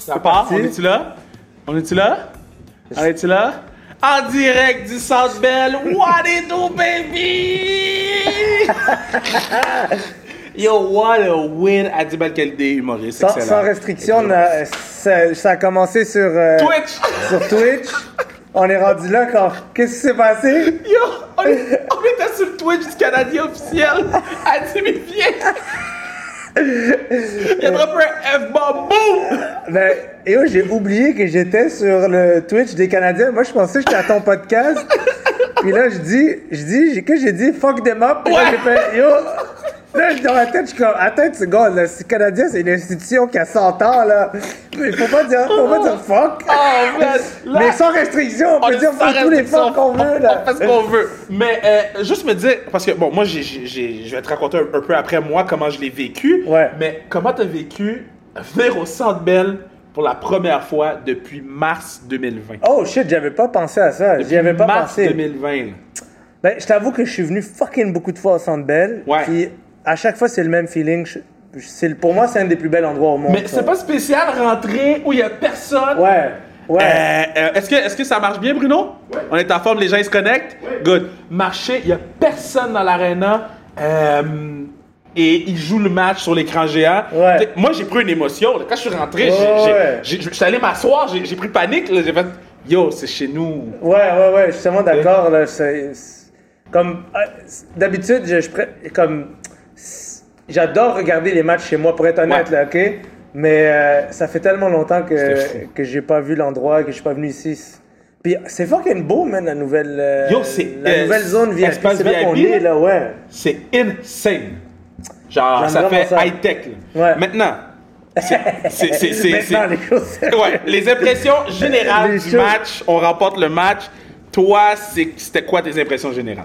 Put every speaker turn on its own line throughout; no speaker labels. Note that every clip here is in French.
Ça part, on est-tu là? On est-tu là? On est-tu là? En direct du Centre Bell, what it do, baby? Yo, what a win à 10 balles qualité humoriste.
Sans,
excellent.
sans restriction, on a- ça, ça a commencé sur, euh,
Twitch!
sur Twitch. On est rendu là quand. Qu'est-ce qui s'est passé?
Yo, on, est- on était sur le Twitch du Canadien officiel à 10 000 pieds. Il a droppé un F-bomb, boum!
Ben, et oh, j'ai oublié que j'étais sur le Twitch des Canadiens. Moi, je pensais que j'étais à ton podcast. Puis là, je dis, je dis, j'ai- que j'ai dit fuck them up. Puis là,
Ouais.
j'ai fait yo. Là, je- dans ma tête, je suis comme, attends une seconde, là, c'est Canadien, c'est une institution qui a 100 ans, là. Mais faut pas dire, faut pas dire fuck.
Oh, man! Là-
Mais sans restriction, on peut
est
dire
sans
fuck tous les
restriction.
fuck qu'on veut,
On
là.
fait ce qu'on veut. Mais euh, juste me dire, parce que bon, moi, j'ai- j'ai- j'ai- je vais te raconter un, un peu après moi comment je l'ai vécu.
Ouais.
Mais comment t'as vécu venir au Centre Bell pour la première fois depuis mars 2020?
Oh shit, j'avais pas pensé à ça. J'y avais pas
mars
pensé.
2020. là.
Ben, je t'avoue que je suis venu fucking beaucoup de fois au Centre Bell.
Ouais.
Puis à chaque fois, c'est le même feeling. Je- je- c'est le- pour moi, c'est un des plus bels endroits au monde.
Mais
ça.
c'est pas spécial rentrer où il y a personne.
Ouais, ouais.
Euh, euh, est-ce, que, est-ce que ça marche bien, Bruno? On est en forme, les gens ils se connectent? Good. Marché, il n'y a personne dans l'aréna. euh, et ils jouent le match sur l'écran géant.
Ouais.
T'sais, Moi, j'ai pris une émotion. là. Quand je suis rentré, j'ai-
Ouais,
j'ai-
ouais.
j'ai- je suis allé m'asseoir, j'ai, j'ai pris panique. là. J'ai fait Yo, c'est chez nous.
Ouais, ouais, ouais, je suis tellement d'accord. là, c'est- c'est- Comme. euh, c'est- D'habitude, je, je pré- comme. c'est- J'adore regarder les matchs chez moi, pour être honnête,
Ouais.
là, ok? Mais euh, ça fait tellement longtemps
C'était
que,
fou.
que j'ai pas vu l'endroit, que je suis pas venu ici. Puis c'est fucking beau, man, la nouvelle. euh,
Yo, c'est,
La
euh,
nouvelle zone VIP.
espace
C'est là qu'on
VIP,
est, là, ouais.
C'est insane. Genre,
J'aime
ça
vraiment
fait
ça.
high-tech. là.
Ouais.
Maintenant, c'est, c'est, c'est- c'est-
Maintenant,
c'est-
les choses.
Ouais, les impressions générales
Les
du
choses.
match, on remporte le match. Toi, c'est- c'était quoi tes impressions générales?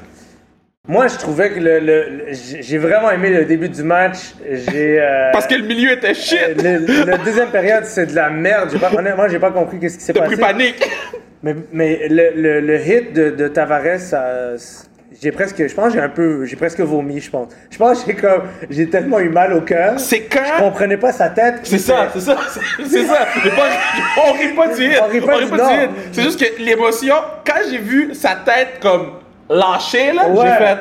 Moi, je trouvais que le, le- le- j'ai j'ai vraiment aimé le début du match. J'ai euh,
Parce que le milieu était shit!
le, le deuxième période, c'est de la merde. J'ai Pas, honnêtement, j'ai pas compris qu'est-ce qui s'est
T'as
passé.
pris panique!
Mais, mais le, le- le hit de, de Tavares, ça- j'ai presque, je pense, que j'ai un peu, j'ai presque vomi, je pense. Je pense, que j'ai comme, j'ai tellement eu mal au cœur.
C'est
Je
quand?
comprenais pas sa tête.
C'est ça, c'est ça, c'est- c'est ça. Mais pas- on rit pas du hit.
On rit pas du- non.
hit. C'est juste que l'émotion, quand j'ai vu sa tête comme lâcher, là,
Ouais.
j'ai fait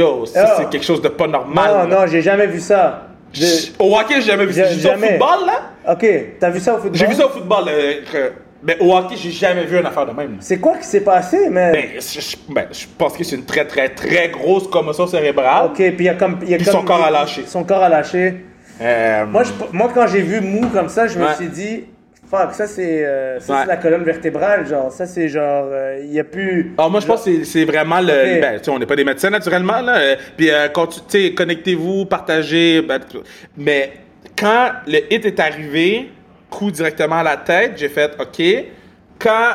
Yo, ça
Ah.
c'est quelque chose de pas normal.
Non,
là.
non, j'ai jamais vu ça. Je-
Chut, Au hockey, j'ai jamais vu ça.
J'ai-
J'ai vu ça au
jamais.
football, là.
Ok, t'as vu ça au football
J'ai vu ça au football. euh, que- Mais au hockey, j'ai jamais vu une affaire de même. là.
C'est quoi qui s'est passé, man
Ben, je, je- ben, je pense que c'est une très, très, très grosse commotion cérébrale.
Ok, puis il y a comme, il y a
Puis
comme-
son corps a lâché.
Son corps a lâché.
Euh,
Moi, je- moi, quand j'ai vu mou comme ça, je me
Ouais.
suis dit, fuck, ça c'est euh, ça,
Ouais.
c'est la colonne vertébrale, genre, ça c'est genre, euh, il y a plus.
alors ah, moi, je pense que c'est- c'est vraiment le.
Ok.
Ben, tu sais, on n'est pas des médecins, naturellement, là. euh, Puis, euh, quand tu- tu sais, connectez-vous, partagez. ben, tu- mais quand le hit est arrivé, coup directement à la tête, j'ai fait OK. Quand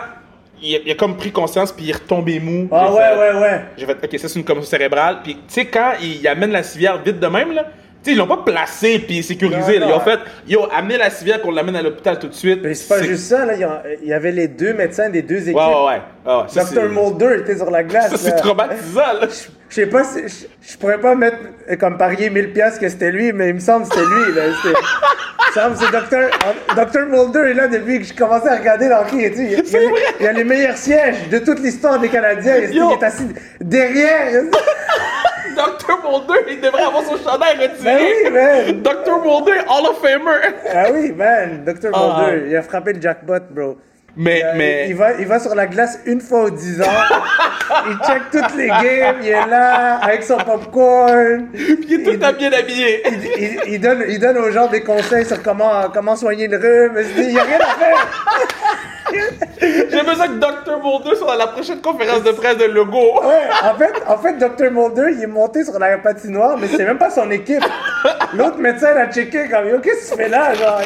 il a, il a comme pris conscience, puis il est retombé mou.
Ah
j'ai
ouais,
fait-
ouais, ouais.
J'ai fait, ok, ça c'est une commotion cérébrale. Puis, tu sais, quand ils amènent la civière vite de même, là, tu sais, ils l'ont pas placé puis sécurisé.
Non,
là. Ils
non.
ont fait, yo, amenez la civière qu'on l'amène à l'hôpital tout de suite.
Mais c'est pas juste ça, là, il y a- il y, avait les deux médecins des deux équipes.
Ouais, ouais, ouais. Ah, ouais, ça,
Dr.
c'est-
Mulder était sur la glace.
ça, c'est
là.
traumatisant, là.
Je sais pas si. je- Je pourrais pas mettre euh, comme parier 1000 pièces que c'était lui, mais il me semble que c'était lui. Là. C'était- Il me semble que c'est Dr. euh, Dr. Mulder est là depuis que je commençais à regarder l'hockey. tu sais, Il, il,
C'est
a les-
vrai.
il a les meilleurs sièges de toute l'histoire des Canadiens. Il,
Yo.
il est assis derrière.
Dr. Mulder, il devrait avoir son chandail
Ben oui,
retiré.
man.
Dr. Mulder, Hall of Famer.
Ah oui, man. Dr.
Ah.
Mulder, il a frappé le jackpot, bro.
Mais,
Euh,
mais.
il, va, il va sur la glace une fois aux 10 ans. il check toutes les games. Il est là avec son popcorn.
puis il est tout à bien habillé.
il, il donne, il donne aux gens des conseils sur comment, comment soigner le rhume. Il n'y a rien à faire.
J'ai besoin que Dr. Mulder soit à la prochaine conférence de presse de Lego.
Ouais, en, fait, en fait, Dr. Mulder, il est monté sur la patinoire, mais c'est même pas son équipe. L'autre médecin l'a checké comme Yo, qu'est-ce que tu fais là genre?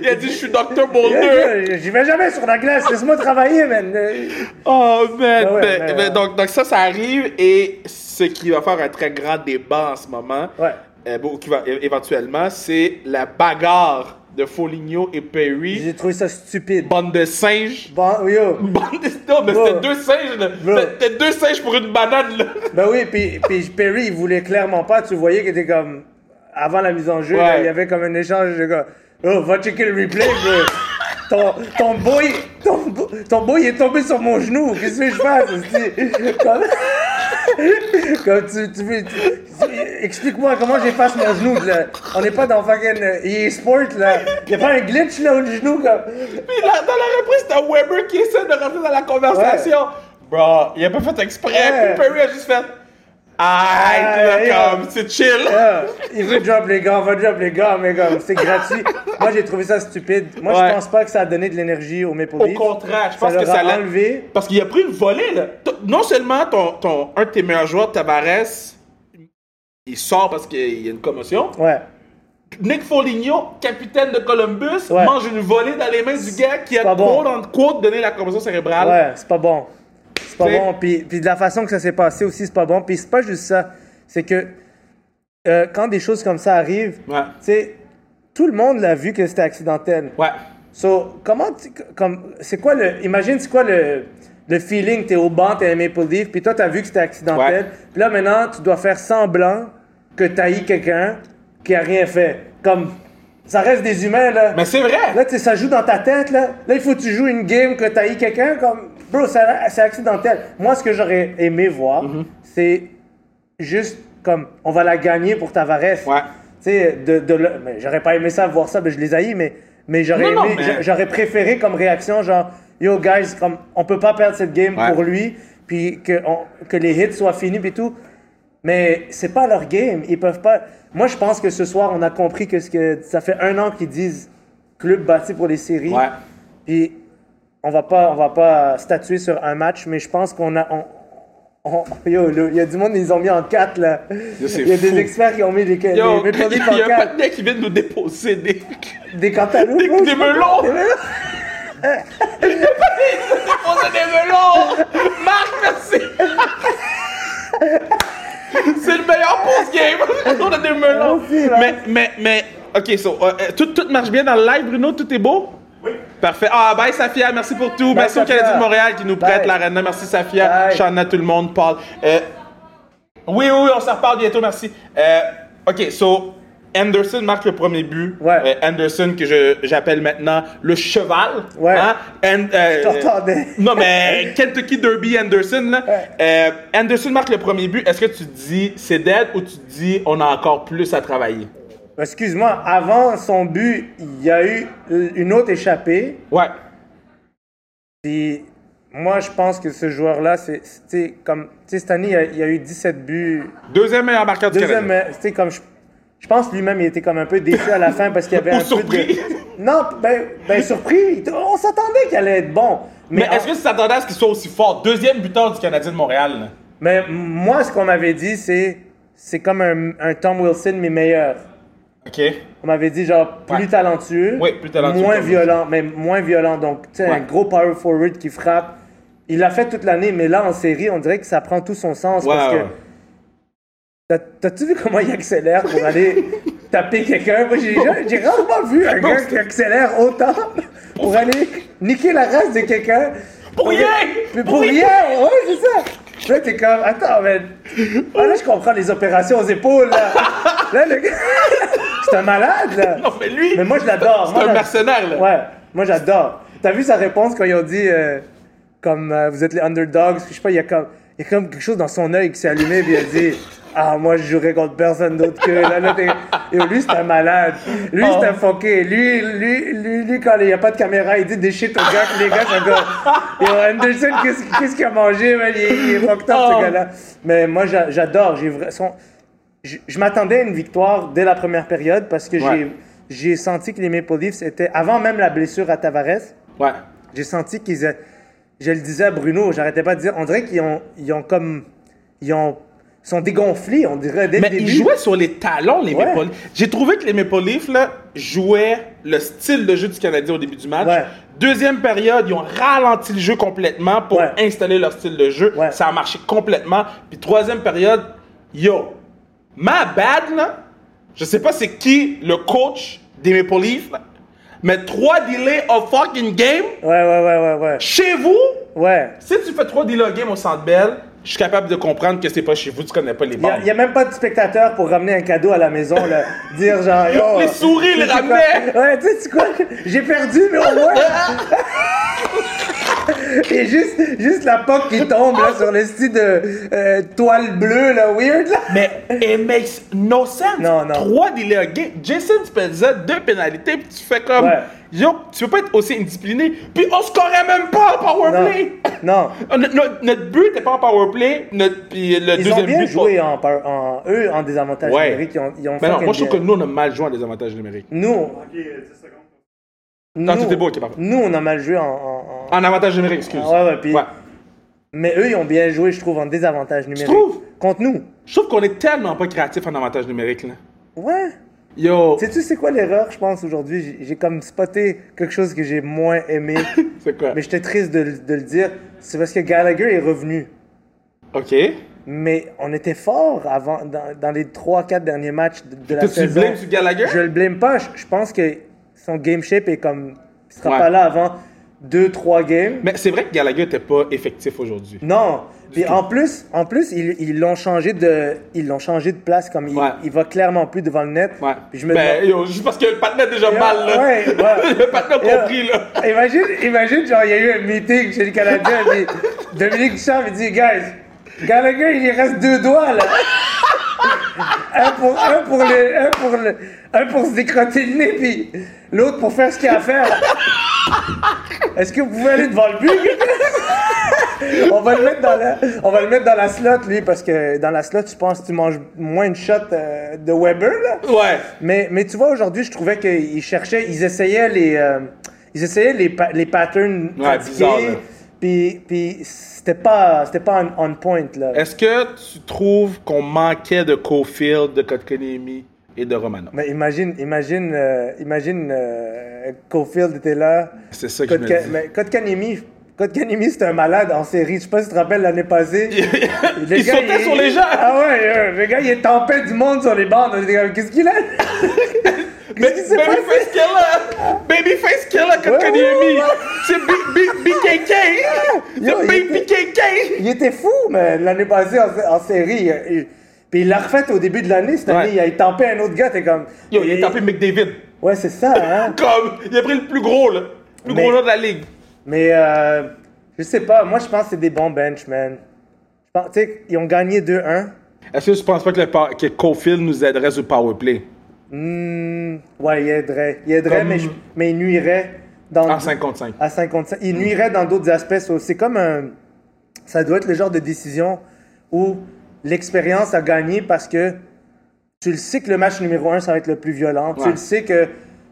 Il a dit, je suis Dr.
Yo,
Mulder.
yo, J'y vais jamais sur la glace, laisse-moi travailler, man. Euh,
Oh man,
Ben ouais,
ben-
ben
ben
ouais.
donc, donc ça, ça arrive et ce qui va faire un très grand débat en ce moment,
Ouais.
euh, bon, qui va é- éventuellement, c'est la bagarre de Foligno et Perry,
J'ai trouvé ça stupide.
bande de singes.
Bon, yo.
Bande de... Non, mais
Bro.
c'était deux singes, là.
Bro.
C'était deux singes pour une banane, là.
Ben oui, puis, puis Perry, il voulait clairement pas. Tu voyais qu'il était comme. Avant la mise en jeu,
Ouais.
là, il y avait comme un échange de gars. Oh, va checker le replay, bro. ton, ton boy, ton, bo- ton boy est tombé sur mon genou. Qu'est-ce que je fasse? esti? Comme, comme tu, tu veux. tu- tu- Explique-moi comment j'efface mon genou. Là. On n'est pas dans fucking euh, EA Sport. Là. Il a pas un glitch là au genou. Comme...
Puis là, dans la reprise, t'as Weber qui essaie de rentrer dans la conversation. Bro, il a pas fait exprès.
Ouais.
Puis Perry a juste fait. Aïe,
Ouais,
là,
yeah.
comme, c'est chill.
Ah, il veut drop les gars, on va drop les gars, mais comme c'est gratuit. Moi j'ai trouvé ça stupide. Moi
Ouais.
je pense pas que ça a donné de l'énergie au Maple
Au
Leafs.
contraire, je pense
leur
que
a
ça l'a
enlevé.
Parce qu'il a pris le volet, là. T- Non seulement ton, ton, un de tes meilleurs joueurs, Tavares, il sort parce qu'il y a une commotion.
Ouais.
Nick Foligno, capitaine de Columbus,
Ouais.
mange une volée dans les mains du gars qui a,
pas bon.
quote, en quote, donné la commotion cérébrale.
Ouais, c'est pas bon. C'est pas
T'sais-
bon. Puis, puis de la façon que ça s'est passé aussi, c'est pas bon. Puis c'est pas juste ça. C'est que euh, quand des choses comme ça arrivent,
Ouais.
tu sais, tout le monde l'a vu que c'était accidentel.
Ouais.
So, comment tu- comme c'est quoi le imagine c'est quoi le le feeling t'es au banc t'es un Maple Leaf puis toi t'as vu que c'était accidentel
Ouais.
puis là maintenant tu dois faire semblant que t'as eu quelqu'un qui a rien fait comme ça reste des humains là
Mais c'est vrai.
là tu sais, ça joue dans ta tête là là il faut que tu joues une game que t'as eu quelqu'un comme bro ça- c'est accidentel moi ce que j'aurais aimé voir
Mhm.
c'est juste comme on va la gagner pour Tavares
Ouais.
tu sais, de, de le- mais j'aurais pas aimé ça, voir ça, mais je les haïs, mais, mais j'aurais
Non, non,
aimé,
mais-
j'a- j'aurais préféré comme réaction, genre, yo guys, comme, on peut pas perdre cette game
Ouais.
pour lui, puis que, on- que les hits soient finis, puis tout. Mais c'est pas leur game, ils peuvent pas. Moi, je pense que ce soir, on a compris que, ce que ça fait un an qu'ils disent club bâti pour les séries.
Ouais.
Puis on va pas, on va pas statuer sur un match, mais je pense qu'on a, on- on- yo, le- il y a du monde, ils ont mis en 4 là.
c'est
Il y a
fou.
des experts qui ont mis des, des
Yo,
Maple
il
Leafs
y a
en
un
4,
patinet qui vient de nous déposer des,
des cantaloupes.
des,
bro.
des melons.
Des melons.
déposer des melons. Marc, merci. c'est le meilleur post-game. On a des melons.
Merci, Marc.
mais, mais, mais, ok, so, euh, euh, tout, tout marche bien dans le live, Bruno? Tout est beau? Oui. Parfait. Ah, bye Safia, merci pour tout. merci au
Safia.
Canadien de Montréal qui nous prête
Bye.
l'arena. Merci Safia,
Bye.
Shana, tout le monde, Paul. Euh, oui, oui, oui, on s'en reparle bientôt, merci. Euh, ok, so, Anderson marque le premier but.
Ouais.
Euh, Anderson, que je- j'appelle maintenant le cheval.
Ouais.
And- euh,
t'entendais.
non, mais Kentucky Derby Anderson, là.
Ouais.
Euh, Anderson marque le premier but. Est-ce que tu dis c'est dead ou tu dis on a encore plus à travailler?
Excuse-moi, avant son but, il y a eu une autre échappée.
Ouais.
Puis moi, je pense que ce joueur-là, c'est, tu sais, comme, tu sais, cette année, il y a- il y a eu 17 buts.
Deuxième meilleur marqueur du
Deuxième,
Canada.
euh, tu sais, comme je, je pense lui-même, il était comme un peu déçu à la fin parce qu'il y avait
Ou
un peu
surpris.
de... Non, ben, ben surpris. On s'attendait qu'il allait être bon. Mais,
Mais est-ce que tu t'attendais à ce qu'il soit aussi fort? Deuxième buteur du Canadien de Montréal. là.
mais moi, ce qu'on m'avait dit, c'est c'est comme un, un Tom Wilson, mais meilleur.
OK.
On m'avait dit, genre, plus
Ouais.
talentueux,
Oui, plus talentueux,
moins
Tom
violent, mais moins violent. Donc, tu sais,
Ouais.
un gros power forward qui frappe. Il l'a fait toute l'année, mais là, en série, on dirait que ça prend tout son sens
Ouais,
parce que...
ouais.
T'as- T'as-tu vu comment il accélère pour aller taper quelqu'un? Moi, j'ai j'ai- j'ai rarement vu un gars qui accélère autant pour aller niquer la race de quelqu'un.
Pour rien!
Mais pour rien! Ouais, c'est ça! Puis Là, t'es comme, attends, mais. Ah, là, je comprends les opérations aux épaules, là. Là, le gars. C'est un malade, là.
Non, mais lui.
Mais moi, je l'adore.
C'est
Moi,
un
j'a-
mercenaire, là.
Ouais, moi, j'adore. T'as vu sa réponse quand ils ont dit, euh, comme, euh, vous êtes les underdogs, je sais pas, il y a comme, il y a comme quelque chose dans son œil qui s'est allumé, puis il a dit, ah, moi, je jouerais contre personne d'autre que. Là, là, t'es- Et lui, c'est un malade. Lui,
Oh.
c'est un fucké. Lui, lui, lui, lui, quand il n'y a pas de caméra, il dit des shit aux gars, puis les gars, ça go. Et Anderson, qu'est-ce qu'est-ce qu'il a mangé, man? Il est, il est fucked up,
Oh.
ce gars-là. Mais moi, j'a- j'adore. J'ai vra- son- Je, je m'attendais à une victoire dès la première période parce que
Ouais.
j'ai j'ai senti que les Maple Leafs étaient, avant même la blessure à Tavares,
Ouais.
j'ai senti qu'ils. a- Je le disais à Bruno, j'arrêtais pas de dire. On dirait qu'ils ont, ils ont comme. Ils ont, sont dégonflés, on dirait, dès
Mais
le début.
ils jouaient sur les talons, les
Ouais.
Maple Leafs. J'ai trouvé que les Maple Leafs là, jouaient le style de jeu du Canadien au début du match.
Ouais.
Deuxième période, ils ont ralenti le jeu complètement pour
Ouais.
installer leur style de jeu.
Ouais.
Ça a marché complètement. Puis troisième période, yo, ma bad, là, je sais pas c'est qui le coach des Maple Leafs, là, mais trois delays of fucking game
Ouais, ouais, ouais, ouais, ouais.
chez vous,
Ouais.
si tu fais trois delays of game au Centre Bell, je suis capable de comprendre que c'est pas chez vous, tu connais pas les
Il
bandes.
n'y a, même pas de spectateur pour ramener un cadeau à la maison, là. dire genre. Yo,
Les souris, les
tu sais
ramenaient.
quoi? Ouais, tu sais, tu sais quoi? J'ai perdu, mais au moins. Et juste, juste la poque qui tombe là, sur le style de euh, toile bleue, là, weird, là.
Mais it makes no sense.
Non, non.
Trois délais gays. Jason Spencer, deux pénalités, puis tu fais comme.
Ouais.
Yo, tu peux pas être aussi indiscipliné. Puis on scorait même pas en powerplay.
Non.
On- Notre, notre but était pas en powerplay. Notre, puis le
Ils
deuxième
ont bien
but,
joué en, par- en- eux en désavantage
Ouais.
numérique. Ils ont, ils ont
Mais non,
fucking
moi je trouve que
bien.
nous on a mal joué en désavantage numérique.
Nous.
Non,
nous-
tout est beau, ok, parfait.
Nous, on a mal joué en. en- en-
En avantage numérique, excuse.
Ah Ouais, ouais, puis- Mais eux, ils ont bien joué, je trouve, en désavantage numérique.
trouves?
Contre nous.
Je trouve qu'on est tellement pas créatif en avantage numérique là.
Ouais.
Yo,
Sais-tu c'est quoi l'erreur, je pense, aujourd'hui? J'ai- J'ai comme spoté quelque chose que j'ai moins aimé,
c'est quoi
mais j'étais triste de, le- de le dire. C'est parce que Gallagher est revenu.
Ok.
Mais on était fort avant, dans, dans les 3-4 derniers matchs de, de la
Tu
saison.
blâmes sur Gallagher
Je le blâme pas. Je, je pense que son game shape est comme... Il sera
Ouais.
pas là avant 2-3 games.
Mais c'est vrai que Gallagher était pas effectif aujourd'hui.
Non. Puis en plus, en plus, ils ils l'ont changé de, ils l'ont changé de place comme il,
Ouais.
il va clairement plus devant le net.
Ouais.
Puis je me
ben,
demande-
yo, juste parce que le patin a déjà mal, là.
Ouais, ouais.
le patin a
Yeah.
compris, là.
Imagine, imagine, genre, il y a eu un meeting chez les Canadiens, puis Dominique Duchamp, il dit, guys, Gallagher, il lui reste deux doigts, là. un pour, un pour le, un pour le, un pour se décrotter le nez, puis l'autre pour faire ce qu'il a à faire. Est-ce que vous pouvez aller devant le but? on va le mettre dans la, on va le mettre dans la slot, lui, parce que dans la slot, tu penses que tu manges moins de shots euh, de Weber, là?
Ouais.
Mais, mais tu vois, aujourd'hui, je trouvais qu'ils cherchaient, ils essayaient les, euh, ils essayaient les, pa- les patterns
Ouais,
pratiqués,
bizarre, là.
Puis, puis c'était pas, c'était pas on, on point, là.
Est-ce que tu trouves qu'on manquait de Cofield, de Kotkaniemi et de Romanov?
Mais imagine, imagine, euh, imagine, euh, Cofield était là.
C'est ça que je me
Kotka-
dis.
mais Kotkanemi, Kotkanemi, c'est un malade en série. Je sais pas si tu te rappelles l'année passée. Le
Il
gars,
sautait
il-
sur les gens.
Ah ouais, euh, le gars, il est tempête du monde sur les bandes. On était comme, Qu'est-ce qu'il a?
Mais
Qu'est-ce qui s'est passé?
Babyface Killer! Babyface Killer,
Ouais, ouais,
Kotkaniemi!
ouais.
C'est B- B- BKK!
Yo,
C'est
il
Big
était-
BKK!
Il était fou, mais l'année passée en, en série. euh, il- Puis il l'a refait au début de l'année, cette
Ouais.
année. Il a tapé un autre gars, t'es comme.
Yo, il a tapé McDavid.
Ouais, c'est ça, hein.
Comme, il a pris le plus gros, là. Le plus
Mais-
gros joueur de la ligue.
Mais euh, je sais pas, moi je pense que c'est des bons bench, man. Je pense- Tu sais, ils ont gagné 2-1.
Est-ce que tu penses pas que, le power- que Cofield nous aiderait sur Powerplay?
Hmm, ouais, il aiderait. Il aiderait,
Comme- Ah,
mais, je- mais il nuirait dans.
En 55.
à 55. Il nuirait dans d'autres aspects. so- C'est comme un. Ça doit être le genre de décision où l'expérience a gagné parce que tu le sais que le match numéro un, ça va être le plus violent. Tu
Ouais.
le sais que.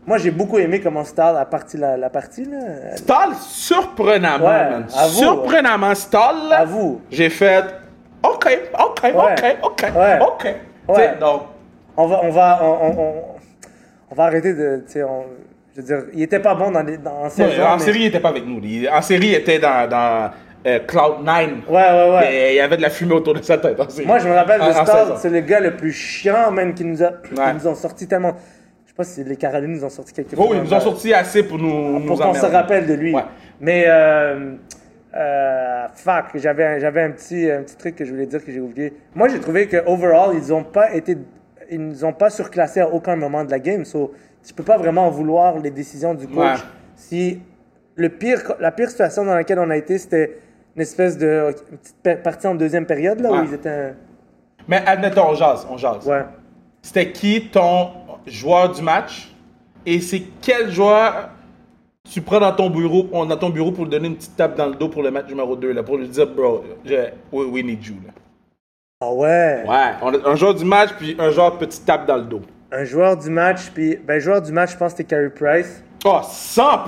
Moi, j'ai beaucoup aimé comment Stahl a parti la, la partie. Là.
Stall, surprenamment,
Ouais,
man.
avoue.
Surprenamment, Stall, là,
Avoue.
j'ai fait OK, OK, OK, OK,
Ouais.
OK. Tu sais, donc,
On va, on va, on, on- on- on va arrêter de. tu sais, on- je veux dire, il était pas bon dans les, dans, en saison.
ouais, en
mais-
série, il était pas avec nous. Il- En série, il était dans, dans euh, Cloud9.
Ouais, ouais, ouais.
Et il y avait de la fumée autour de sa tête. en série.
Moi, je me rappelle
En-
de
en
Stars,
saison.
c'est le gars le plus chiant, même, qui nous a, qui
Ouais.
nous ont sorti tellement. Je sais pas si les Carolines nous ont sorti quelque
Oh,
chose.
ils nous ont sorti assez pour nous. nous
Ah, pour qu'on se
emmerder.
rappelle de lui.
Ouais.
Mais euh, euh, fuck, j'avais un, j'avais un petit un petit truc que je voulais dire que j'ai oublié. Moi, j'ai trouvé que overall, ils ont pas été ils nous ont pas surclassés à aucun moment de la game. So, tu peux pas vraiment en vouloir les décisions du coach.
Ouais.
Si le pire la pire situation dans laquelle on a été, c'était une espèce de une petite pa- partie en deuxième période là
Ouais.
où ils étaient un-
Mais admettons, on jase, on jase.
ouais.
C'était qui ton joueur du match et c'est quel joueur tu prends dans ton bureau, on- dans ton bureau pour lui donner une petite tape dans le dos pour le match numéro 2, là, pour lui dire, bro, je- we, we need you. Là.
Ah ouais.
Ouais, on a un joueur du match, puis un joueur petite tape dans le dos.
Un joueur du match puis ben joueur du match, je pense que c'était Carey Price.
Oh, 100%!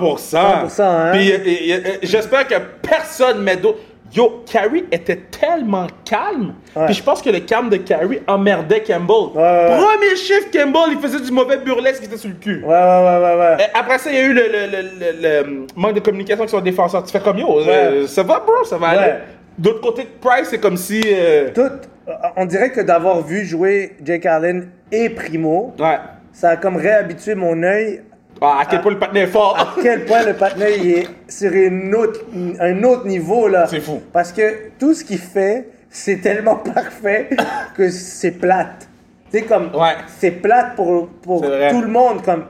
100%, hein?
Puis euh, et- et- et j'espère que personne met d'autres. Yo, Carrie était tellement calme.
Ouais.
Puis je pense que le calme de Carrie emmerdait Campbell.
ouais, ouais.
Premier chiffre, Campbell, il faisait du mauvais burlesque qui était sur le cul.
Ouais ouais ouais ouais
Euh,
ouais.
Après ça, il y a eu le, le- le- le- le manque de communication avec son défenseur. Tu fais comme yo, euh, ça va, bro, ça va
Ouais.
aller. D'autre côté, Price, c'est comme si. euh,
Tout, euh, on dirait que d'avoir vu jouer Jake Allen et Primo,
ouais.
ça a comme réhabitué mon œil
Ah, à quel point le patin est fort.
à quel point le partenaire il est sur une autre, un autre niveau là.
C'est fou.
Parce que tout ce qu'il fait, c'est tellement parfait que c'est plate. C'est comme,
Ouais.
c'est plate pour, pour
C'est vrai.
tout le monde. Comme,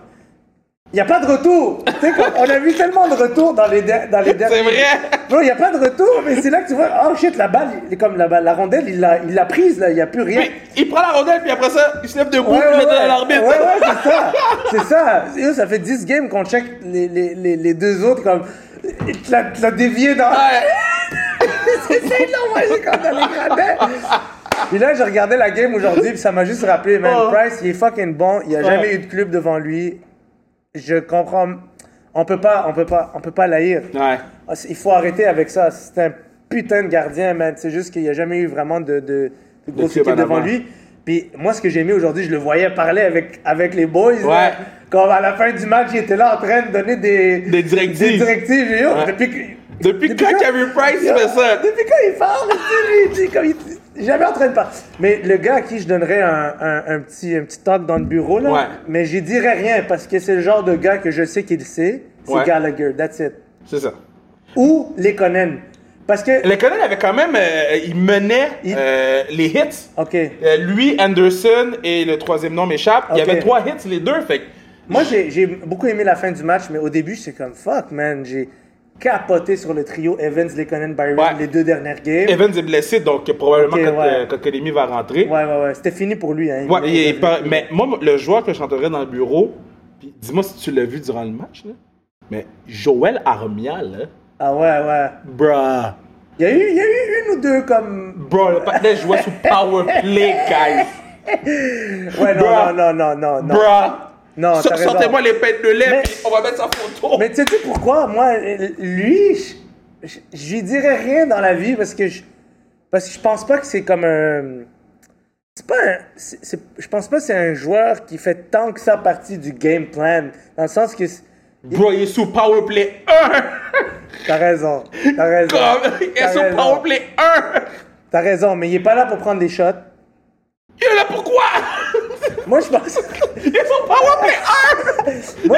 il n'y a pas de retour. T'sais, comme, on a vu tellement de retours dans les, der- dans les derniers.
C'est vrai.
Non, il n'y a pas de retour, mais c'est là que tu vois, oh shit, la balle, il- comme la balle, la rondelle, il l'a, il l'a prise, là, il n'y a plus rien.
Mais il prend la rondelle, puis après ça, il se lève debout,
Ouais,
puis il met
ouais,
dans
ouais.
l'arbitre.
Ouais, ouais, c'est ça. C'est ça. Et là, ça fait 10 games qu'on check les, les, les, les deux autres comme. Il te l'a- te l'a dévié dans.
Ouais.
c'est long, ouais, c'est comme dans les gradins. Puis là, j'ai regardé la game aujourd'hui, puis ça m'a juste rappelé, man,
Oh.
Price, il est fucking bon. Il n'y a jamais eu de club devant lui. Je comprends. On peut pas, on peut pas, on peut pas l'haïr.
Ouais.
Ah, c'est- Il faut arrêter avec ça. C'est un putain de gardien, man. C'est juste qu'il n'y a jamais eu vraiment de, de, de grosse
type
équipe
en
devant
avant.
lui. Puis moi, ce que j'ai aimé aujourd'hui, je le voyais parler avec, avec les boys. là.
Ouais.
Comme à la fin du match, il était là en train de donner des,
Des directives.
des directives. Et yo,
Ouais.
Depuis, que-
Depuis quand Carey Price
Yo,
fait ça?
Depuis quand il parle, tu sais, lui, tu sais, comme il- jamais en train de parler. Mais le gars à qui je donnerais un, un- un petit, un petit talk dans le bureau, là,
Ouais.
mais j'y dirais rien parce que c'est le genre de gars que je sais qu'il sait. C'est
Ouais.
Gallagher, that's it
C'est ça.
ou les Conan. Parce que.
Le Conan avait quand même. euh, il menait
Il-
euh, les hits.
Ok.
Euh, lui, Anderson et le troisième nom m'échappe. Il y
Ok.
avait trois hits, les deux. Fait que
Moi, j'ai j'ai beaucoup aimé la fin du match, mais au début, c'est comme fuck, man. J'ai capoté sur le trio Evans, les Conan, Byron,
Ouais.
les deux dernières games.
Evans est blessé, donc euh, probablement
Ok,
que
ouais.
va rentrer.
Ouais, ouais, ouais. C'était fini pour lui. Hein.
Ouais, il est
devenu-
pas- mais moi, le joueur que je chanterais dans le bureau, puis dis-moi si tu l'as vu durant le match, là, mais Joël Armial,
Ah ouais, ouais.
là,
Il y, a eu, il y a eu une ou deux comme.
bruh, bro, le patinet jouait sous power play, guys,
Ouais, non,
Bruh.
non, non, non, non, non.
bruh.
Non,
Sor-
t'as raison.
Sortez-moi les pêtes de lait,
Mais-
puis on va mettre sa photo.
Mais tu sais pourquoi? Moi, euh, lui, je- je je lui dirais rien dans la vie parce que je, parce que je pense pas que c'est comme un. C'est pas un. c'est- c'est- je pense pas que c'est un joueur qui fait tant que ça partie du game plan. Dans le sens que. c'est-
Bro, il est sous power play 1,
T'as raison. T'as raison.
comme, il est
T'as
sous
raison.
power play 1.
T'as raison, mais il est pas là pour prendre des shots.
Il est là pourquoi?
Moi, je pense.
Il est sous power play 1.
Moi,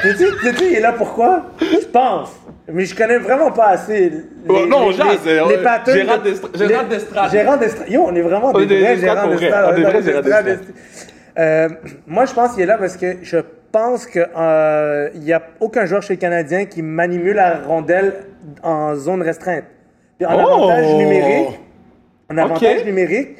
tu sais, tu sais, il est là pourquoi? Je pense. Mais je connais vraiment pas assez les,
Ouais, non, on
les,
jase,
les,
euh,
les
on-
patterns
Gérard
de-
Destra- Gérard
les-
Destrade.
Gérard Destrade. Yo, on est vraiment des,
est des
vrais
Destrades
Gérard
pour vrai.
Destrade.
On est des vrais Gérard
Destrade.
Destrade.
Euh, moi, je pense qu'il est là parce que je pense qu'il n'y a aucun joueur chez les Canadiens qui manipule la rondelle en zone restreinte. Puis en
Oh!
avantage numérique, en avantage
Ok.
numérique,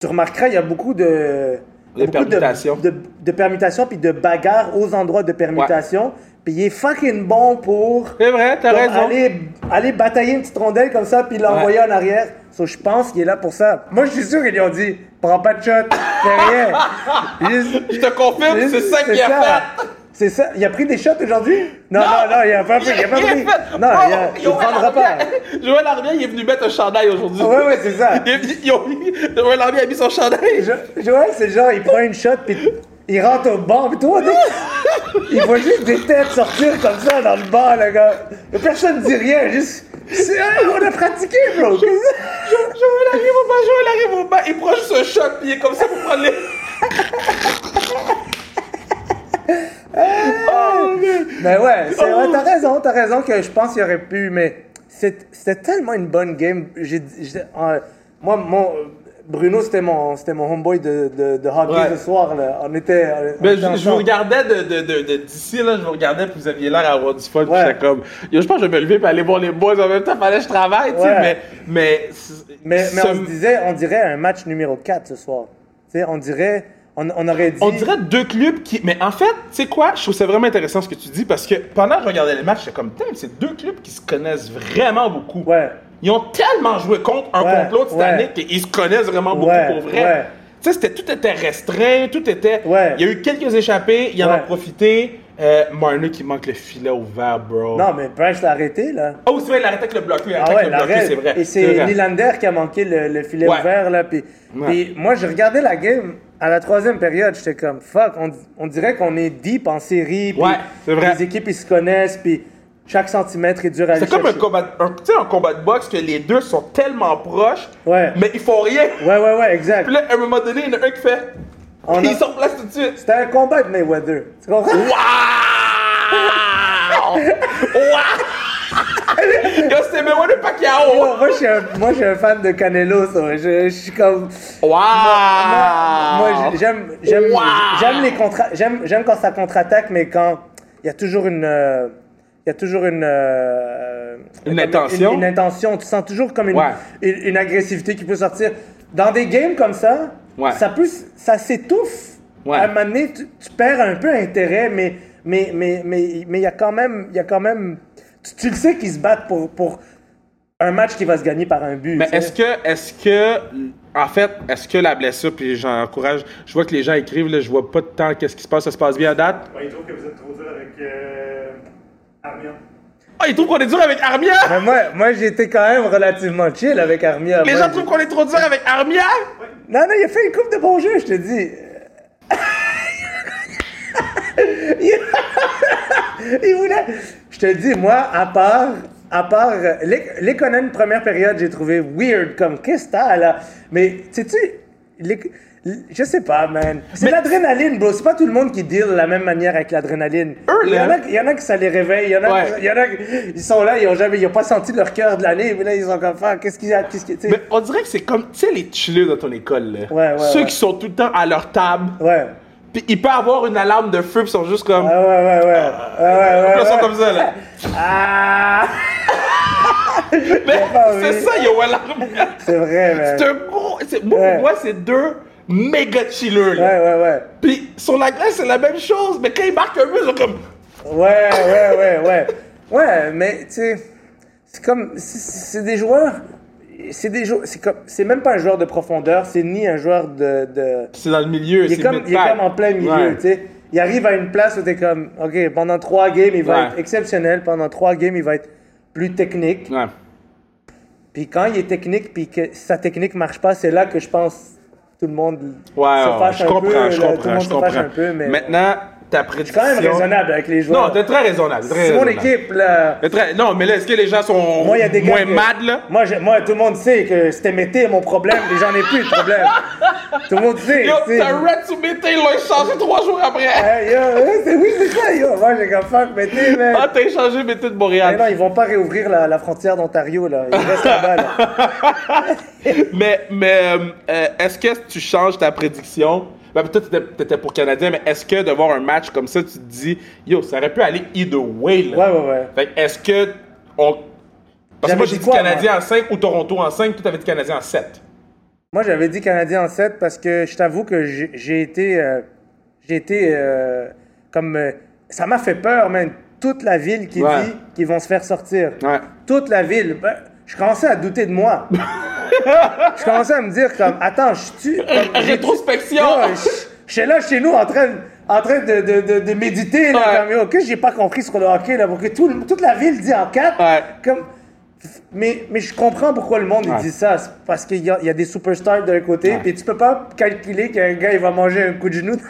tu remarqueras, il y a beaucoup de.
De
beaucoup
permutations.
De, de permutations, puis de bagarres aux endroits de permutations. Puis il est fucking bon pour
C'est vrai, t'as
comme,
raison.
aller, aller batailler une petite rondelle comme ça, puis l'envoyer en arrière. So, je pense qu'il est là pour ça. Moi, je suis sûr qu'ils lui ont dit prends pas de shot, fais rien.
Je te confirme, c'est ça qu'il a fait.
C'est ça. Il a pris des shots aujourd'hui non, non, non, Ah il a pas pris. Il a pas
Il
pris.
est fait-
Non,
Oh,
il, a, il
Joël
prendra pas.
Armia- Joël Armia, il est venu mettre un chandail aujourd'hui.
Ouais, ouais, c'est ça.
Il est venu- ils ont mis- Joël Armia a mis son chandail.
Jo- Joël, c'est genre, il prend une shot, puis il rentre au banc, puis toi, on est- il voit juste des têtes sortir comme ça dans le banc, là, gars. Et Personne dit rien, juste. C'est hey, on a pratiqué, bro.
Joël arrive au bas, Joël arrive au bas. Il prend juste un shot, puis il est comme ça pour prendre les... Oh, man.
Ah, Mais ouais, c'est vrai, t'as raison, t'as raison que je pense qu'il aurait pu, mais c'est- c'était tellement une bonne game. J'ai- j'ai- euh, moi, mon, Bruno, c'était mon, c'était mon homeboy de, de, de hockey
Ouais.
ce soir, là. On était. on
Ben,
était
je, je vous
ensemble.
regardais de, de, de, de- d'ici, là, je vous regardais, puis vous aviez l'air à avoir du fun, puis
Ouais.
j'étais comme... Yo, je pense que je vais me lever, puis aller voir les boys en même temps, fallait que je travaille, tu sais,
Ouais.
mais... Mais, c-
Mais, mais on
ce-
se disait, on dirait un match numéro 4 ce soir. Tu sais, on dirait, on, on aurait dit.
On dirait deux clubs qui. Mais en fait, tu sais quoi, je trouve ça vraiment intéressant ce que tu dis parce que pendant que je regardais le match, j'étais comme, Damn, c'est deux clubs qui se connaissent vraiment beaucoup.
Ouais.
Ils ont tellement joué contre un
Ouais,
contre l'autre cette
ouais.
année qu'ils se connaissent vraiment beaucoup
Ouais,
pour vrai.
ouais.
Tu sais, c'était, tout était restreint, tout était.
Ouais.
Il y a eu quelques échappées, il en a
Ouais.
profité. Euh, Marner qui manque le filet ouvert, bro.
Non, mais Bryce l'a arrêté, là.
Oh, c'est vrai, il arrête avec le bloqué. Il arrête
Ah ouais,
avec le
la
bloqué,
règle.
c'est vrai.
Et
c'est
c'est
vrai.
Nylander qui a manqué le, le filet
Ouais.
ouvert, là. Puis,
Ouais.
puis moi, je regardais la game à la troisième période, j'étais comme, fuck, on, on dirait qu'on est deep en série. puis
Ouais, c'est vrai.
Les équipes, ils se connaissent, puis chaque centimètre est dur à aller
C'est comme un
chercher.
combat, un, tu sais, un combat de boxe que les deux sont tellement proches,
Ouais.
mais ils font rien.
Ouais, ouais, ouais, exact.
Puis là, à un moment donné, il y en a un qui fait.
On
Puis
a-
il s'en place tout de suite.
C'était un combat de Mayweather. Tu comprends?
Waouh! Waouh! Yo, c'était même de Pacquiao!
Yo, moi, je suis un, moi, je suis un fan de Canelo, ça. Je, je suis comme.
Wow!
Moi, moi, j'ai- j'aime, j'aime,
Ah. Wow!
j'aime les contra, j'aime, j'aime quand ça contre-attaque, mais quand il y a toujours une, euh, il y a toujours une, euh,
Une
comme
intention.
une, une intention. Tu sens toujours comme une,
Ouais.
une, une agressivité qui peut sortir. Dans des games comme ça,
Ouais.
ça peut, s- ça s'étouffe.
Ouais.
À un moment donné, tu, tu perds un peu intérêt, mais mais mais mais mais il y a quand même, il y a quand même, tu, tu le sais qu'ils se battent pour pour un match qui va se gagner par un but.
Mais
tu sais.
est-ce que, est-ce que, en fait, est-ce que la blessure, puis j'encourage, je vois que les gens écrivent, là, je vois pas de temps, qu'est-ce qui se passe, ça se passe bien à date.
Ouais, il trouve que vous êtes trop dur avec euh, Armion.
Ah, ils trouvent qu'on est dur avec Armia!
Mais moi, moi j'étais quand même relativement chill avec Armia.
Les
Moi,
gens
j'ai-
trouvent qu'on est trop dur avec Armia!
Non, non, il a fait une coupe de bons jeux, je te dis. il voulait. Je te dis, moi, à part. À part. euh, l'E- L'Econen, première période, j'ai trouvé weird, comme qu'est-ce que t'as là. Mais, sais-tu. l'E- l- Je sais pas, man. C'est l'adrénaline, bro. C'est pas tout le monde qui deal de la même manière avec l'adrénaline.
Eux,
Il y,
là.
en a, il y en a qui ça les réveille. Il y en a,
Ouais.
il y en a qui- ils sont là, ils ont jamais, ils ont pas senti leur cœur de l'année. Mais là, ils sont comme, Fuck, qu'est-ce qu'il y a, qu'est-ce qu'il tu sais.
Mais on dirait que c'est comme, tu sais, les chilleux dans ton école, là.
Ouais, ouais,
Ceux
ouais.
qui sont tout le temps à leur table,
Ouais.
puis ils peuvent avoir une alarme de feu, puis ils sont juste comme,
Ah ouais, ouais, ouais. ouais, ouais, ouais,
Puis ils sont
ouais.
comme ça, là.
Ah!
Mais
pas
c'est
envie.
ça, yo, Alarmia!
C'est vrai, man.
C'est un gros, c'est- moi,
Ouais.
pour moi, c'est deux méga chilleux, là.
Ouais, ouais, ouais.
Puis sur la glace, c'est la même chose, mais quand ils marquent un but, ils sont comme,
Ouais, ouais, ouais, ouais. Ouais, mais tu sais, c'est comme. c'est- C'est des joueurs. C'est des joueurs. C'est comme. C'est même pas un joueur de profondeur, c'est ni un joueur de. de...
c'est dans le milieu,
Il, est
c'est
comme, il est
mental.
comme en plein milieu,
Ouais.
tu sais. Il arrive à une place où t'es comme, ok, pendant trois games, il va
Ouais.
être exceptionnel. Pendant trois games, il va être plus technique.
Ouais.
Puis quand il est technique, puis que sa technique marche pas, c'est là que je pense tout le monde
Ouais, ouais,
se fâche
je
un
comprends,
peu. là,
je
tout le
comprends,
monde
je
se fâche
comprends.
un peu, mais
Maintenant, ta prédiction.
quand même raisonnable avec les joueurs.
Non, t'es très raisonnable. très
c'est mon
raisonnable.
équipe là.
T'es très- Non, mais là, est-ce que les gens sont
Moi, il y a des gars
moins
que-
mad, là?
Moi, je- moi, tout le monde sait que c'était Mété mon problème, mais j'en ai plus de problème. tout le monde sait.
Yo,
tu sais.
t'as Red Subite, ils l'ont échangé trois jours après.
Hey, yo, hein, c'est- oui, c'est ça, yo. Moi, j'ai comme fuck Mété, mais.
Ah, t'as échangé Mété de Montréal.
Mais non, ils vont pas réouvrir la, la frontière d'Ontario là. Ils restent là-bas là.
Mais, mais euh, euh, est-ce que tu changes ta prédiction? Ben, peut-être que t'étais- t'étais pour Canadien, mais est-ce que de voir un match comme ça, tu te dis, yo, ça aurait pu aller either way, là?
Ouais, ouais, ouais.
Fait que est-ce que on. Parce
J'avais
que moi, j'ai
dit
dit
quoi,
Canadien en 5 ou Toronto en 5, toi, t'avais dit Canadien en 7.
Moi, j'avais dit Canadien en 7 parce que je t'avoue que j'ai j'ai été. euh, j'ai été. euh, comme. euh, ça m'a fait peur, man. Toute la ville qui
Ouais.
dit qu'ils vont se faire sortir.
Ouais.
Toute la ville. Ben, je commençais à douter de moi. je commençais à me dire, comme, attends, je suis.
Rétrospection!
Je suis là chez nous en train, en train de, de, de, de méditer. Là,
Ouais.
comme, yo, que j'ai pas compris sur le hockey, là, pour que tout le- toute la ville dit en 4.
Ouais.
Comme, mais, mais je comprends pourquoi le monde il
Ouais.
dit ça. C'est Parce qu'il y a, il y a des superstars d'un côté,
Ouais.
puis tu peux pas calculer qu'un gars il va manger un coup de genou.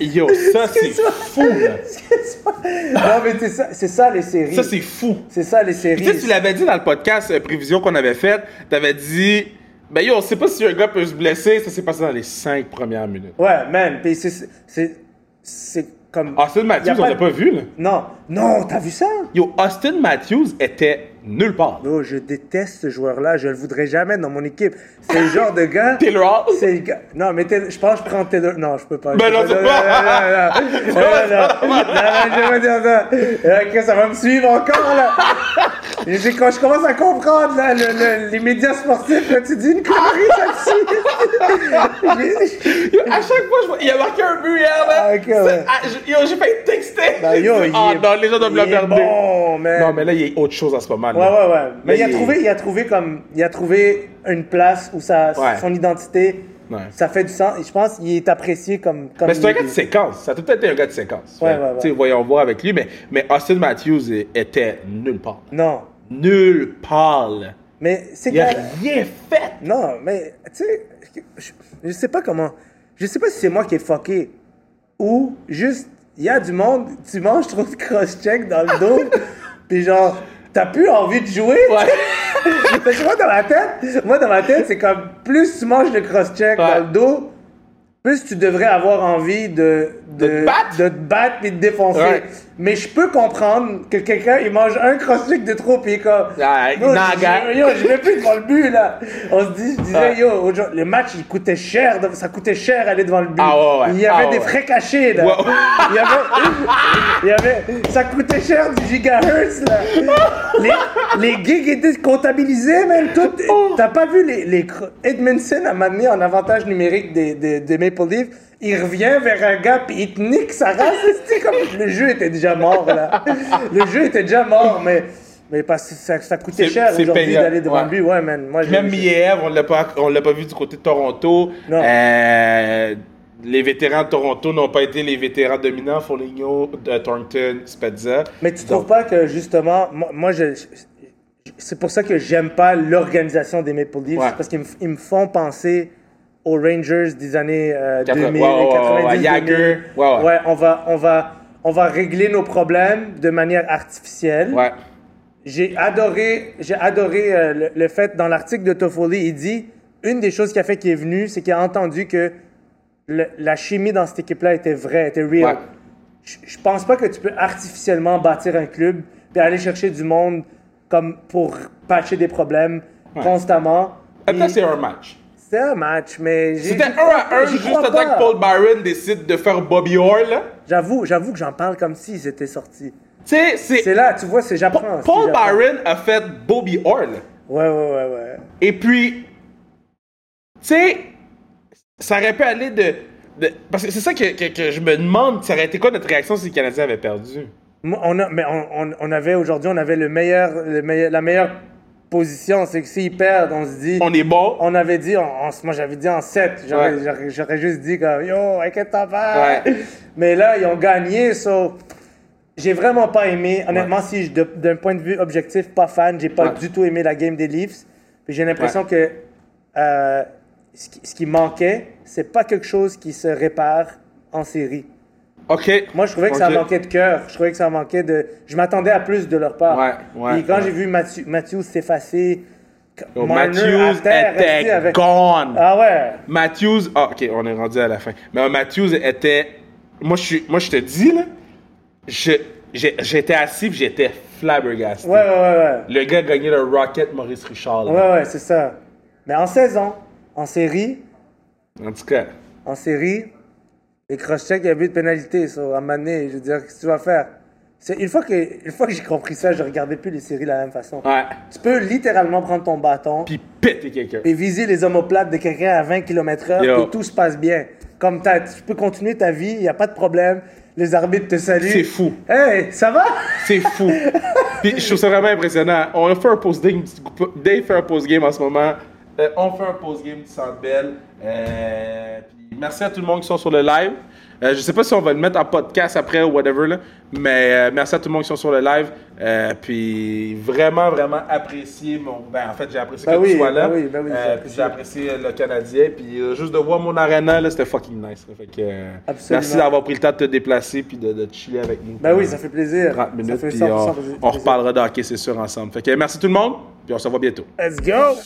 Yo, ça, c'est
ça.
fou, là.
non, mais c'est ça, c'est ça les séries.
Ça, c'est fou.
C'est ça les séries.
Tu sais, tu l'avais dit dans le podcast euh, Prévision qu'on avait fait, t'avais dit, ben yo, on sait pas si un gars peut se blesser, ça s'est passé dans les 5 premières minutes.
Ouais, man. Puis c'est- c'est. C'est comme.
Austin
Y a
Matthews,
pas
on l'a
de-
pas vu, là.
Non, non, t'as vu ça?
Yo, Austin Matthews était nulle part.
Oh, je déteste ce joueur-là. Je le voudrais jamais dans mon équipe. C'est le genre de gars.
Taylor Hall?
C'est le gars- Non, mais Taylor- je pense que je prends Taylor. Non, je peux pas.
Ben
Je
non,
peux
c'est
pas. Non, non, non, non. Non, non, non. Non, non, je vais dire ça. Euh, que ça va me suivre encore, là. Et j'ai- Quand je commence à comprendre, là, le- le- les médias sportifs, là, tu dis une connerie, ça me suit. J'ai-
Yo, à chaque fois, je vois, il a marqué un but hier, là.
Ah, ok, ouais.
C'est- ah, je- Yo, j'ai failli texter.
Ben, yo, il
Ah
est-
non, les gens doivent
il
le
est
perdre.
bon, man.
Non, mais là, il y a autre chose en ce moment. là.
Ouais, ouais, ouais. Mais, il, a
il-
trouvé, il a trouvé comme, il a trouvé une place où ça,
Ouais.
son identité,
Ouais.
ça fait du sens. Et je pense qu'il est apprécié comme. comme
Mais c'est un
il
gars
est.
de séquence. Ça a tout été un gars de séquence.
Ouais,
Fait,
ouais, ouais.
tu sais, Voyons voir avec lui. Mais, mais Austin Matthews eh, était nulle part.
Non,
Nulle part. là.
mais c'est
Il a
que.
rien fait.
Non, mais tu sais, je, je sais pas comment. Je sais pas si c'est moi qui ai fucké ou juste il y a du monde, tu manges trop de cross-check dans le dos, puis genre t'as plus envie de jouer.
Ouais.
Parce que moi dans ma tête, moi dans ma tête, c'est comme plus tu manges de cross-check
Ouais.
dans le dos, plus tu devrais avoir envie de
De te battre?
de te battre et de défoncer.
Ouais.
Mais je peux comprendre que quelqu'un, il mange un crossfit de trop, puis il est comme.
Ah, il
Yo,
n'engage.
je- Yo, je vais plus devant le but, là. On se dit, je disais,
Ouais.
yo, aujourd'hui- le match, il coûtait cher, de- ça coûtait cher aller devant le but.
Ah ouais, ouais.
Il y avait
Ah
des
ouais.
frais cachés, là.
Ouais.
Il y avait. Il y avait. Ça coûtait cher du gigahertz, là. Les, les gigs étaient comptabilisés, même. Tout,
Oh.
t'as pas vu les. les cro- Edmondson a m'amené en avantage numérique des, des, des Maple Leafs. Il revient vers un gars, puis il te nique sa race. C'est comme. Le jeu était déjà mort, là. Le jeu était déjà mort, mais. Mais parce que ça, ça coûtait
C'est-
cher
c'est
aujourd'hui
payant,
d'aller devant
ouais.
le but. Ouais, man. Moi, j'ai-
Même Miev, on l'a pas, on l'a pas vu du côté de Toronto.
Non.
Euh, les vétérans de Toronto n'ont pas été les vétérans dominants. Foligno, de Thornton, Spezza.
Mais tu trouves pas que justement, moi, moi, je, je- c'est pour ça que j'aime pas l'organisation des Maple Leafs,
Ouais.
c'est parce qu'ils me, ils me font penser aux Rangers des années euh,
Quatre-
2000,
ouais, ouais, ouais, ouais,
90,
ouais, Jagger.
2000.
Ouais, ouais.
on va, on va, on va régler nos problèmes de manière artificielle.
Ouais.
J'ai adoré, j'ai adoré euh, le, le fait dans l'article de Toffoli, il dit une des choses qui a fait qu'il est venu, c'est qu'il a entendu que le- la chimie dans cette équipe-là était vraie, était real.
Ouais.
Je, je pense pas que tu peux artificiellement bâtir un club puis aller chercher du monde comme pour patcher des problèmes
Ouais.
constamment.
Attends,
Puis
c'est un match.
C'est un match, mais j'ai-
C'était
j'y
1
crois
à
pas,
1
j'y
juste
crois
avant
pas.
que Paul Byron décide de faire Bobby Orr, là.
J'avoue, j'avoue que j'en parle comme s'ils étaient sortis.
Tu sais, c'est.
C'est là, tu vois, c'est j'apprends. c'est
Paul
j'apprends.
Byron a fait Bobby Orr, là.
Ouais, ouais, ouais, ouais.
Et puis, tu sais, ça aurait pu aller de. de- parce que c'est ça que, que- que je me demande, ça aurait été quoi notre réaction si les Canadiens avaient perdu?
Moi, On a, mais on, on- on avait aujourd'hui, on avait le meilleur, le meilleur- la meilleure position. C'est que s'ils perdent, on se dit.
On est bon.
On avait dit, on- on s- moi j'avais dit en 7. J'aurais
Ouais.
j'aurais- j'aurais juste dit comme Yo, inquiète-toi pas.
Ouais.
Mais là, ils ont gagné. So, j'ai vraiment pas aimé. Honnêtement, si je- de- d'un point de vue objectif, pas fan, j'ai pas
Ouais.
du tout aimé la game des Leafs. Puis j'ai l'impression que euh, ce, qui, ce qui manquait, c'est pas quelque chose qui se répare en série.
OK.
Moi, je trouvais que ça
Ok.
manquait de cœur. Je trouvais que ça manquait de. Je m'attendais à plus de leur part.
Ouais, ouais,
Et quand
ouais.
j'ai vu Mathieu- Matthews s'effacer,
Yo,
Marner
Oh, Matthews
à terre, resté
était
avec-
gone.
Ah ouais.
Matthews. Ah, OK, on est rendu à la fin. Mais euh, Matthews était. Moi, je, suis- moi, je te dis, là, je- j'ai- j'étais assis puis j'étais flabbergasté.
Ouais, ouais, ouais,
Le gars gagnait le Rocket Maurice Richard.
ouais.
là.
Ouais, ouais, c'est ça. Mais en saison, en série,
En tout cas,
en série, les cross-checks, il y avait eu de pénalité, ça, à un moment donné, Je veux dire, qu'est-ce que tu vas faire? C'est- Une fois que, une fois que j'ai compris ça, je regardais plus les séries de la même façon.
ouais.
Tu peux littéralement prendre ton bâton.
Puis péter quelqu'un.
et viser les omoplates de quelqu'un à 20 km/h
Yo.
et tout se passe bien. Comme t'as- tu peux continuer ta vie, il n'y a pas de problème. Les arbitres te saluent.
C'est fou.
Hey, ça va?
C'est fou. Puis je trouve ça vraiment impressionnant. On a fait un post-game. Dave fait un post-game en ce moment. Euh, on fait un post-game du Centre Bell. Euh, puis merci à tout le monde qui sont sur le live. Euh, je sais pas si on va le mettre en podcast après ou whatever, là, mais euh, merci à tout le monde qui sont sur le live. Euh, puis vraiment, vraiment apprécié mon. Ben, en fait, j'ai apprécié
Ben
que
oui,
tu sois là.
ben oui, ben oui, j'ai
Euh, puis j'ai apprécié le Canadien. Puis euh, juste de voir mon arena, là, c'était fucking nice. là. Fait que, euh,
Absolument.
merci d'avoir pris le temps de te déplacer puis de, de chiller avec nous.
Ben oui, ça fait plaisir.
30 minutes,
ça fait
puis
100%
on,
plaisir.
eh, on reparlera d'hockey, c'est sûr, ensemble. Fait que merci tout le monde, puis on se voit bientôt.
Let's go!